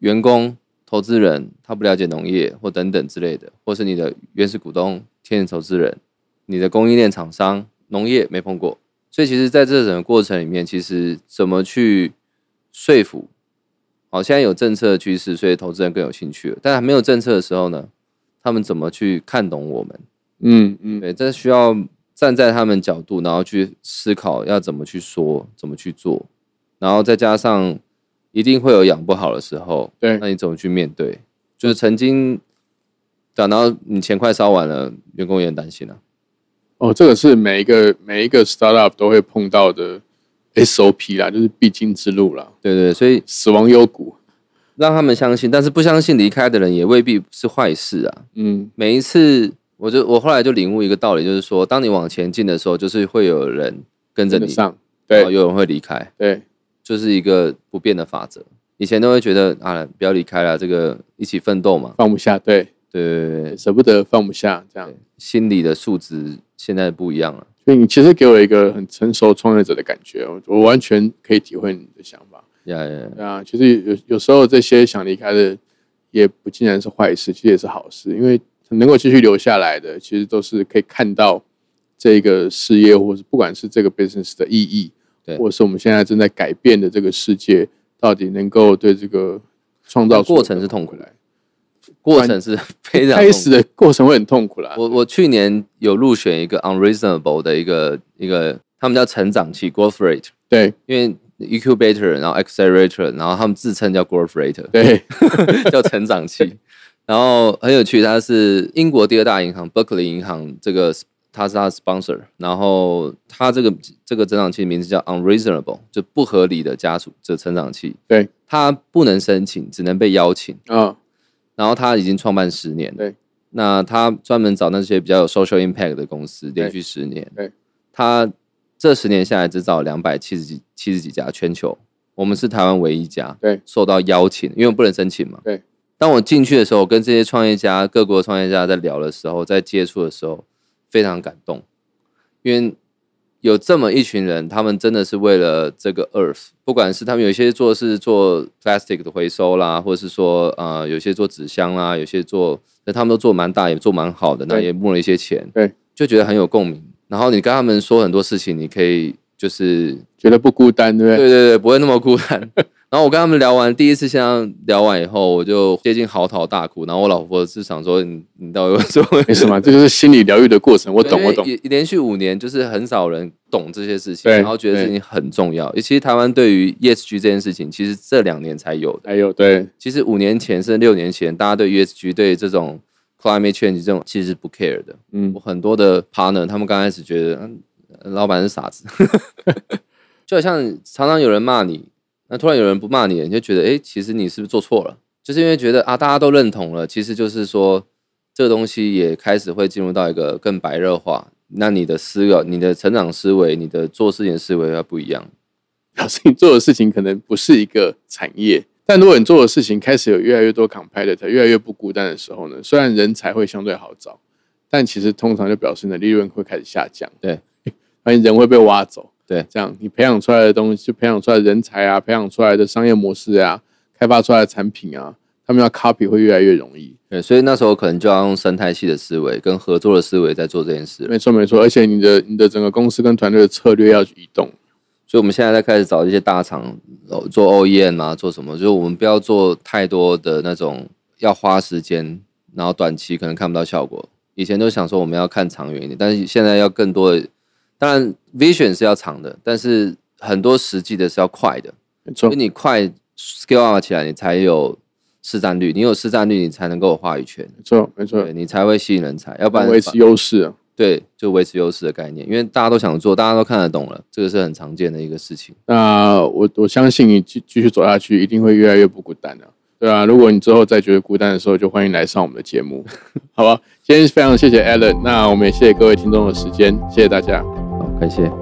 [SPEAKER 2] 员工、投资人他不了解农业或等等之类的，或是你的原始股东、天然投资人、你的供应链厂商、农业没碰过，所以其实在这整个过程里面，其实怎么去说服？好，现在有政策的趋势，所以投资人更有兴趣了。但还没有政策的时候呢，他们怎么去看懂我们？
[SPEAKER 1] 嗯嗯，
[SPEAKER 2] 对，这需要站在他们角度，然后去思考要怎么去说，怎么去做，然后再加上一定会有养不好的时候，
[SPEAKER 1] 对
[SPEAKER 2] 那你怎么去面对？就是曾经，对啊、然后你钱快烧完了，员工也很担心啊。
[SPEAKER 1] 哦，这个是每一个每一个 startup 都会碰到的 SOP 啦，就是必经之路啦，
[SPEAKER 2] 对对，所以
[SPEAKER 1] 死亡幽谷。
[SPEAKER 2] 让他们相信，但是不相信离开的人也未必是坏事啊。
[SPEAKER 1] 嗯，
[SPEAKER 2] 每一次，我就我后来就领悟一个道理，就是说，当你往前进的时候，就是会有人跟着
[SPEAKER 1] 跟得
[SPEAKER 2] 你，
[SPEAKER 1] 上，
[SPEAKER 2] 然
[SPEAKER 1] 对
[SPEAKER 2] 后哦有人会离开。
[SPEAKER 1] 对
[SPEAKER 2] 就是一个不变的法则。以前都会觉得啊，不要离开了，这个一起奋斗嘛。
[SPEAKER 1] 放不下，对
[SPEAKER 2] 对对对对，
[SPEAKER 1] 舍不得放不下，这样。
[SPEAKER 2] 心理的素质现在不一样了。
[SPEAKER 1] 所以你其实给我一个很成熟创业者的感觉，我我完全可以体会你的想法。
[SPEAKER 2] 呀呀，呀
[SPEAKER 1] 对啊，其实有有时候这些想离开的，也不尽然是坏事，其实也是好事，因为能够继续留下来的，其实都是可以看到这个事业，或是不管是这个 business 的意义，
[SPEAKER 2] 对
[SPEAKER 1] 或是我们现在正在改变的这个世界，到底能够对这个创造出
[SPEAKER 2] 过程是痛苦
[SPEAKER 1] 回来，
[SPEAKER 2] 过程是 非常
[SPEAKER 1] 开始
[SPEAKER 2] 痛
[SPEAKER 1] 的过程会很痛苦啦
[SPEAKER 2] 苦。。我我去年有入选一个 unreasonable 的一个一个，他们叫成长期 growth rate，
[SPEAKER 1] 对
[SPEAKER 2] 因为 incubator，然后 accelerator，然后他们自称叫 growth rate，
[SPEAKER 1] 对，
[SPEAKER 2] 叫成长期。然后很有趣，它是英国第二大银行 Berkeley 银行这个它是它的 sponsor，然后它这个这个增长器名字叫 unreasonable，就不合理的加速这成长器，
[SPEAKER 1] 对，
[SPEAKER 2] 它不能申请，只能被邀请。
[SPEAKER 1] 啊，
[SPEAKER 2] 然后他已经创办十年，
[SPEAKER 1] 对。
[SPEAKER 2] 那他专门找那些比较有 social impact 的公司，
[SPEAKER 1] 对
[SPEAKER 2] 连续十年，
[SPEAKER 1] 对。
[SPEAKER 2] 他这十年下来只找两百七十几七十几家，全球我们是台湾唯一一家，
[SPEAKER 1] 对，
[SPEAKER 2] 受到邀请，因为我们不能申请嘛，
[SPEAKER 1] 对。
[SPEAKER 2] 当我进去的时候，我跟这些创业家、各国创业家在聊的时候，在接触的时候，非常感动，因为有这么一群人，他们真的是为了这个 Earth，不管是他们有些做是做 plastic 的回收啦，或者是说呃有些做纸箱啦，有些做，那他们都做蛮大，也做蛮好的，那
[SPEAKER 1] 对
[SPEAKER 2] 也募了一些钱，
[SPEAKER 1] 对，
[SPEAKER 2] 就觉得很有共鸣。然后你跟他们说很多事情，你可以就是
[SPEAKER 1] 觉得不孤单，对不对？
[SPEAKER 2] 对对对，不会那么孤单。 然后我跟他们聊完第一次线上聊完以后，我就接近嚎啕大哭。然后我老婆是想说你你到底为什么
[SPEAKER 1] 没什么，这就是心理疗愈的过程。我懂，
[SPEAKER 2] 因为
[SPEAKER 1] 我懂。
[SPEAKER 2] 也连续五年，就是很少人懂这些事情，
[SPEAKER 1] 对
[SPEAKER 2] 然后觉得事情很重要。其实台湾对于 ESG 这件事情，其实这两年才有的。
[SPEAKER 1] 还有对
[SPEAKER 2] 其实五年前甚至六年前，大家对 ESG 对这种 climate change 这种其实是不 care 的。
[SPEAKER 1] 嗯
[SPEAKER 2] 我很多的 partner 他们刚开始觉得，嗯老板是傻子， 就好像常常有人骂你，那突然有人不骂你，你就觉得，哎、其实你是不是做错了？就是因为觉得啊，大家都认同了，其实就是说这个东西也开始会进入到一个更白热化。那你的思考、你的成长思维、你的做事情的思维要不一样。
[SPEAKER 1] 表示你做的事情可能不是一个产业，但如果你做的事情开始有越来越多 competitor，越来越不孤单的时候呢，虽然人才会相对好找，但其实通常就表示你的利润会开始下降，
[SPEAKER 2] 对，
[SPEAKER 1] 而你人会被挖走，
[SPEAKER 2] 对
[SPEAKER 1] 这样你培养出来的东西，就培养出来的人才啊，培养出来的商业模式啊，开发出来的产品啊，他们要 copy 会越来越容易。
[SPEAKER 2] 对，所以那时候可能就要用生态系的思维跟合作的思维在做这件事了。
[SPEAKER 1] 没错没错，而且你的你的整个公司跟团队的策略要移动，
[SPEAKER 2] 所以我们现在在开始找一些大厂呃做 OEM 啊，做什么？就是我们不要做太多的那种要花时间，然后短期可能看不到效果。以前都想说我们要看长远一点，但是现在要更多的，当然 vision 是要长的，但是很多实际的是要快的，
[SPEAKER 1] 没错
[SPEAKER 2] 所以，你快 scale up 起来，你才有市占率，你有市占率，你才能够有话语权，
[SPEAKER 1] 没错没错
[SPEAKER 2] 对，你才会吸引人才，要不然
[SPEAKER 1] 维持优势啊。
[SPEAKER 2] 对就维持优势的概念，因为大家都想做，大家都看得懂了，这个是很常见的一个事情。
[SPEAKER 1] 那我我相信你继继续走下去，一定会越来越不孤单的、对啊，如果你之后再觉得孤单的时候，就欢迎来上我们的节目，好吧？今天非常谢谢 Alan，那我们也谢谢各位听众的时间，谢谢大家。
[SPEAKER 2] 好，感谢。